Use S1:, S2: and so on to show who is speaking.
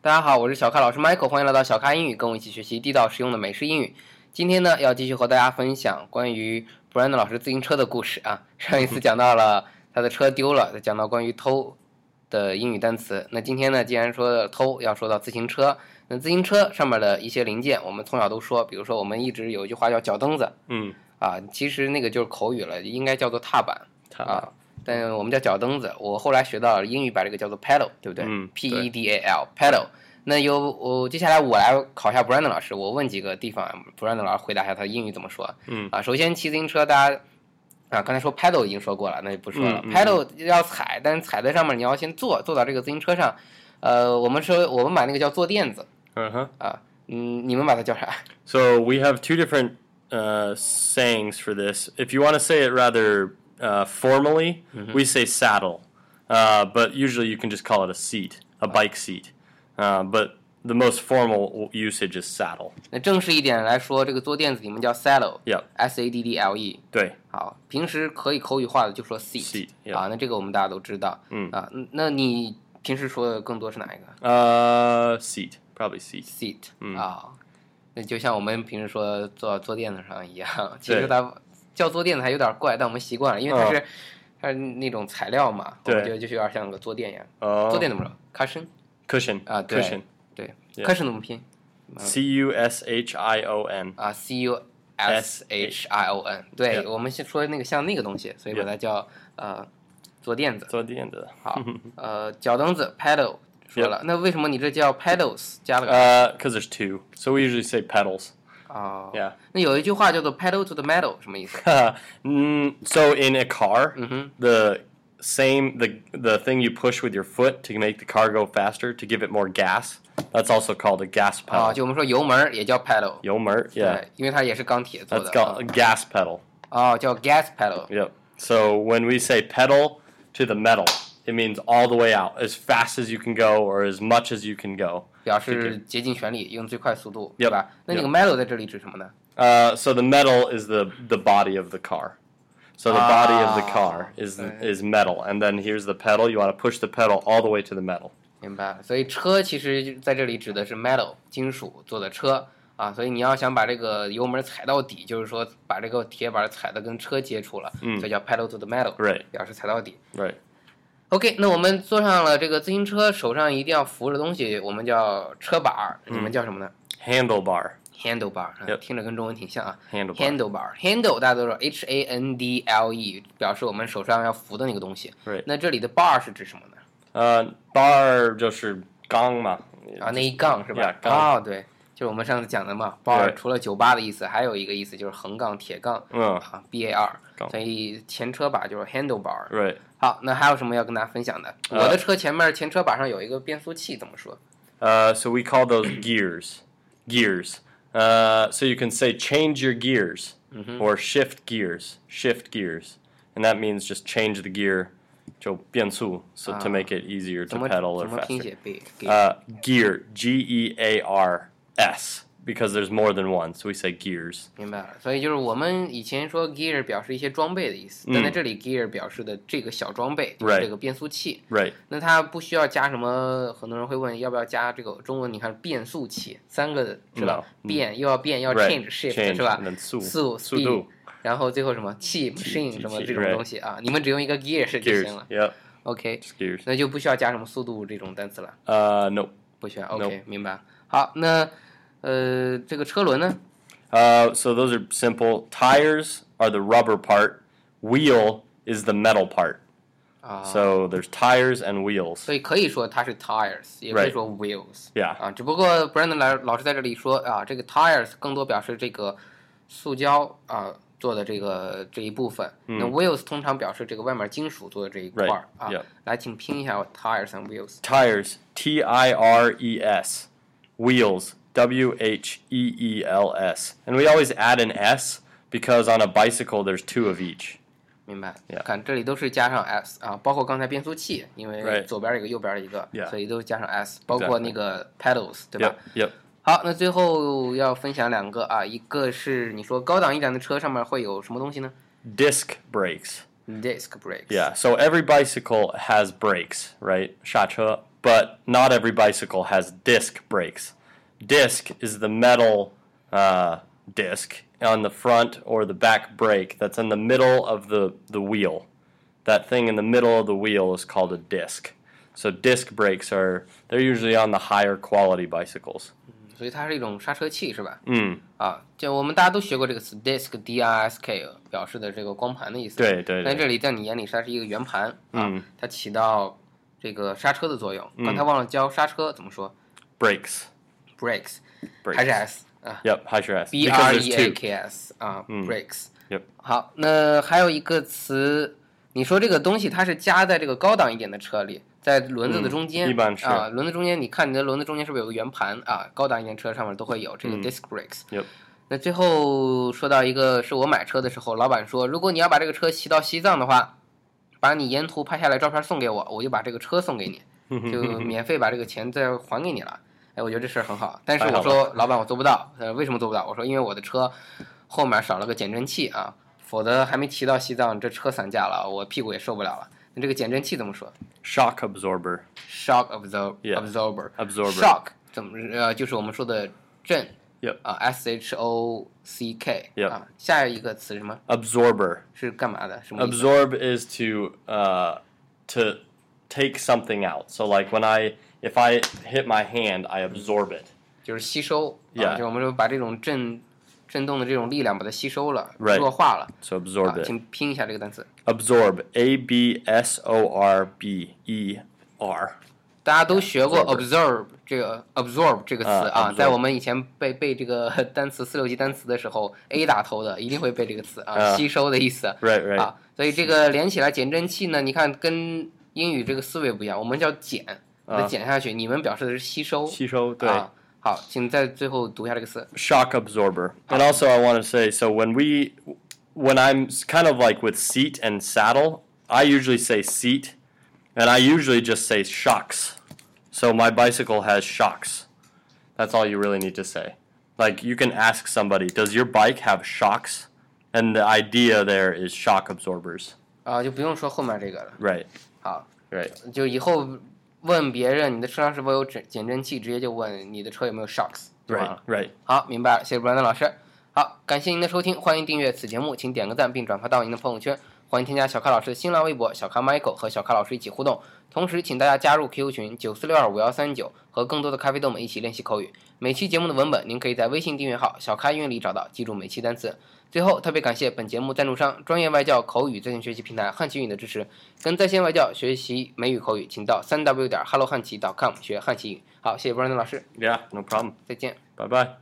S1: 大家好，我是小咖老师 Michael，欢迎来到小咖英语，跟我一起学习地道实用的美式英语。今天呢，要继续和大家分享关于 Brandon 老师自行车的故事啊。上一次讲到了他的车丢了，再讲到关于偷的英语单词。那今天呢，既然说偷，要说到自行车。那自行车上面的一些零件，我们从小都说，比如说我们一直有一句话叫脚蹬子
S2: 嗯，
S1: 啊，其实那个就是口语了，应该叫做踏板。
S2: 他
S1: 啊，但我们叫脚蹬子。我后来学到了英语把这个叫做 pedal，对不对、
S2: 嗯
S1: p
S2: 对
S1: E D A L pedal。那由我接下来我来考一下 Brandon 老师，我问几个地方，Brandon 老师回答一下他的英语怎么说。
S2: 嗯
S1: 啊，首先骑自行车，大家啊刚才说 pedal 已经说过了，那就不说了。
S2: 嗯嗯嗯
S1: pedal 要踩，但是踩在上面你要先坐，坐到这个自行车上。呃，我们说我们买那个叫坐垫子
S2: Uh huh.
S1: 啊，嗯，你们把它叫啥？
S2: So we have two different uh, sayings for this. If you want to say it rather uh, formally, we say saddle, uh, but usually you can just call it a seat, a bike seat. Uh, but the most formal usage is saddle.
S1: 那正式一点来说，这个坐垫子你们叫 saddle，s
S2: Yeah.
S1: a d d l e。
S2: 对，
S1: 好，平时可以口语化的就说 seat
S2: Seat, yeah.
S1: 啊，那这个我们大家都知道。
S2: 嗯
S1: 啊，那你平时说的更多是哪一个
S2: uh, seat, probably seat.
S1: seat？
S2: 嗯
S1: 啊，那就像我们平时说坐坐垫子上一样，其实
S2: 对
S1: 它叫坐垫子还有点怪，但我们习惯了，因为它
S2: 嗯
S1: 是、它是那种材料嘛，我
S2: 对
S1: 们觉得就是有点像个坐垫一样。
S2: Uh,
S1: 坐垫怎么说？cushion
S2: Cushion.
S1: 啊，对
S2: Cushion.
S1: 对
S2: Yeah
S1: ，cushion 怎么拼？
S2: C U S H I O N.
S1: 啊，c u s h i o n。对，
S2: Yeah
S1: 我们先说那个像那个东西，所以把它叫呃坐垫子。
S2: 坐垫子。
S1: 好，呃，脚蹬子 pedal 说了，那为什么你这叫 pedals 加了个
S2: Uh, cause there's two, so we usually say pedals.
S1: 啊？
S2: Yeah.
S1: 那有一句话叫做 pedal to the metal，什么意思？
S2: mm, so in a car, the same the the thing you push with your foot to make the car go faster to give it more gas. That's also called a gas
S1: 啊，
S2: pedal.
S1: 就我们说油门儿也叫 pedal，
S2: Yomer, yeah.
S1: 对，因为它也是钢铁做
S2: That's
S1: 的。
S2: called a gas pedal.
S1: 啊，哦叫 gas pedal。
S2: Yep. So when we say pedal to the metal, it means all the way out, as fast as you can go or as much as you can go.
S1: 表示竭尽全力，用最快速度，
S2: Yep.
S1: 对吧？那这个 metal 在这里指什么呢？
S2: Uh, so the metal is the the body of the car. So the body of the
S1: Ah,
S2: car is
S1: right.
S2: is metal, and then here's the pedal. You want to push the pedal all the way to the metal.
S1: 明白了。所以车其实在这里指的是 metal 金属做的车啊，所以你要想把这个油门踩到底，就是说把这个铁板踩的跟车接触了，
S2: 嗯
S1: 所以叫 pedal to the metal，
S2: Right.
S1: 表示踩到底。
S2: Right.
S1: OK，那我们坐上了这个自行车，手上一定要扶着东西，我们叫车把儿，你们叫什么呢
S2: Handlebar.
S1: ？handlebar，啊
S2: 嗯 Yep
S1: 听着跟中文挺像啊。
S2: Handlebar.
S1: handlebar，handle 大家都知道，h a n d l e 表示我们手上要扶的那个东西。
S2: Right.
S1: 那这里的 bar 是指什么呢？
S2: Uh, bar 就是钢嘛。
S1: 啊，
S2: Uh.
S1: 那一杠是吧？
S2: Yeah，杠
S1: 哦，对，就是我们上次讲的嘛，bar
S2: 对
S1: 除了酒吧的意思，还有一个意思就是横杠、铁杠
S2: 嗯
S1: 啊，b a r，
S2: 杠
S1: 所以前车把就是 handlebar。
S2: Right.
S1: 好，那还有什么要跟大家分享的？
S2: 呃
S1: 我的车前面前车把上有一个变速器，怎么说？
S2: Uh, so we call those gears. Gears. Uh, so you can say change your gears or shift gears. Shift gears. And that means just change the gear. 就变速, Ah. so to make it easier
S1: 怎
S2: to
S1: 么
S2: pedal
S1: 怎
S2: or
S1: 么拼
S2: faster.
S1: 写？给给
S2: Uh, gear. G E A R S. Because there's more than one, so we say gears.
S1: 明白了。所以就是我们以前说 gear 表示一些装备的意思，但在这里 gear 表示的这个小装备就是
S2: 嗯 Right
S1: 这个变速器。
S2: Right.
S1: 那它不需要加什么？很多人会问，要不要加这个中文？你看变速器三个知道，
S2: 嗯
S1: 变又要变，要
S2: Right
S1: change shift
S2: Change
S1: 是吧
S2: and then 速
S1: 速
S2: 速
S1: speed，
S2: 度
S1: 然后最后什么气 machine
S2: 机
S1: 什么
S2: 器
S1: 这种
S2: right
S1: 东西啊？你们只用一个 gear 是就
S2: Gears.
S1: 行了。
S2: Yep.
S1: OK，
S2: Gears.
S1: 那就不需要加什么速度这种单词了，
S2: Uh, no.
S1: 不需要。OK，明白了。好，那呃，这个车轮呢？
S2: Uh, so those are simple. Tires are the rubber part. Wheel is the metal part.
S1: 啊，
S2: So there's tires and wheels.
S1: 所以可以说它是 tires，也可以
S2: Right.
S1: 说 wheels。
S2: Yeah.
S1: 啊，只不过 Brandon 来老师在这里说啊，这个 tires 更多表示这个塑胶啊做的这个这一部分，那 wheels 通常表示这个外面金属做的这一块儿
S2: 嗯 Right.
S1: 啊。
S2: Yeah.
S1: 来，请拼一下 tires and wheels。
S2: Tires. T I R E S. Wheels. W H E E L S. And we always add an S because on a bicycle there's two of each.
S1: 明白
S2: Yeah.
S1: 看这里都是加上 s 啊，包括刚才变速器，因为
S2: Right.
S1: 左边一个，右边一个
S2: Yeah.
S1: 所以都是加上 s，包括
S2: Exactly.
S1: 那个 pedals，对吧
S2: Yep. Yep.
S1: 好，那最后要分享两个啊，一个是你说高档一点的车上面会有什么东西呢
S2: Disc brakes.
S1: ？disc brakes。
S2: Yeah. So every bicycle has brakes, right? 刹车 but not every bicycle has disc brakes. Disc is the metal uh, disc on the front or the back brake that's in the middle of the, the wheel. That thing in the middle of the wheel is called a disc. So disc brakes are they're usually on the higher quality bicycles.
S1: 所以它是一种刹车器，是吧？
S2: 嗯，
S1: 啊，就我们大家都学过这个词 disk d i s k 表示的这个光盘的意思。
S2: 对对
S1: 在
S2: 对，
S1: 这里，在你眼里它是一个圆盘啊，
S2: 嗯
S1: 它起到这个刹车的作用。刚才忘了教刹车怎么说
S2: brakes
S1: ，brakes，
S2: brakes
S1: 还是 s 啊
S2: Yep, high your ass.
S1: ，b
S2: Because
S1: r
S2: there's
S1: e a
S2: two. 嗯
S1: k s 啊，brakes。
S2: Yep.
S1: 好，那还有一个词，你说这个东西它是加在这个高档一点的车里，在轮子的中间，
S2: 嗯一般是
S1: 啊，轮子中间，你看你的轮子中间是不是有个圆盘啊？高档一点车上面都会有这
S2: 嗯
S1: 个 disc brakes。
S2: Yep.
S1: 那最后说到一个，是我买车的时候，老板说，如果你要把这个车骑到西藏的话，把你沿途拍下来照片送给我，我就把这个车送给你， 就免费把这个钱再还给你了。哎，我觉得这事儿很好，但是
S2: 太好
S1: 我
S2: 了
S1: 说老板我做不到，呃，为什么做不到？我说因为我的车后面少了个减震器啊，否则还没骑到西藏，这车散架了，我屁股也受不了了。那这个减震器怎么说
S2: Shock absorber.
S1: ？Shock absor
S2: Yeah.
S1: absorber
S2: Absorber.
S1: shock 怎么呃就是我们说的震
S2: Yep.
S1: 啊，S H O C K
S2: Yep.
S1: 啊，下一个词是什么
S2: Absorber.
S1: 是干嘛的？什么意思
S2: Absorb is to uh, to take something out. So like when I if I hit my hand, I absorb it.
S1: 就是吸收
S2: Yeah.
S1: 啊，就我们说把这种震震动的这种力量把它吸收了
S2: Right.
S1: 弱化了
S2: So
S1: 啊
S2: absorb，it.
S1: 请拼一下这个单词。
S2: Absorb. A B S O R B E R.
S1: 大家都学过
S2: Absorber
S1: absorb 这个 absorb 这个词啊，
S2: 嗯啊，absorb
S1: 在我们以前背背这个 单词四六级单词的时候，a 打头的一定会背这个词啊，
S2: 嗯啊
S1: 吸收的意思
S2: Right, right.
S1: 啊，所以这个连起来减震器呢，你看跟英语这个思维不一样，我们叫减，把它
S2: 啊
S1: 减下去，你们表示的是吸收，
S2: 吸收，对。
S1: 啊。好，请在最后读一下这个词
S2: shock absorber. And also, I want to say so when we, when I'm s- kind of like with seat and saddle, I usually say seat, and I usually just say shocks. So my bicycle has shocks. That's all you really need to say. Like you can ask somebody, does your bike have shocks? And the idea there is shock absorbers.
S1: 啊，就不用说后面这个了。
S2: Right.
S1: 好，
S2: Right.
S1: 就以后问别人你的车上是否有减减震器，直接就问你的车有没有 shocks 就完了
S2: Right. Right.
S1: 好，明白了，谢谢布兰登老师。好，感谢您的收听，欢迎订阅此节目，请点个赞并转发到您的朋友圈，欢迎添加小咖老师的新浪微博小咖 Michael 和小咖老师一起互动，同时请大家加入 QQ 群九四六二五幺三九，和更多的咖啡豆们一起练习口语。每期节目的文本您可以在微信订阅号小咖英语里找到，记住每期单词。最后，特别感谢本节目赞助商专业外教口语在线学习平台汉奇语的支持。跟在线外教学习美语口语，请到三 w 点 hello 汉奇 .com 学汉奇语。好，谢谢布兰登老师，
S2: Yeah. No problem.
S1: 再见。
S2: Bye bye.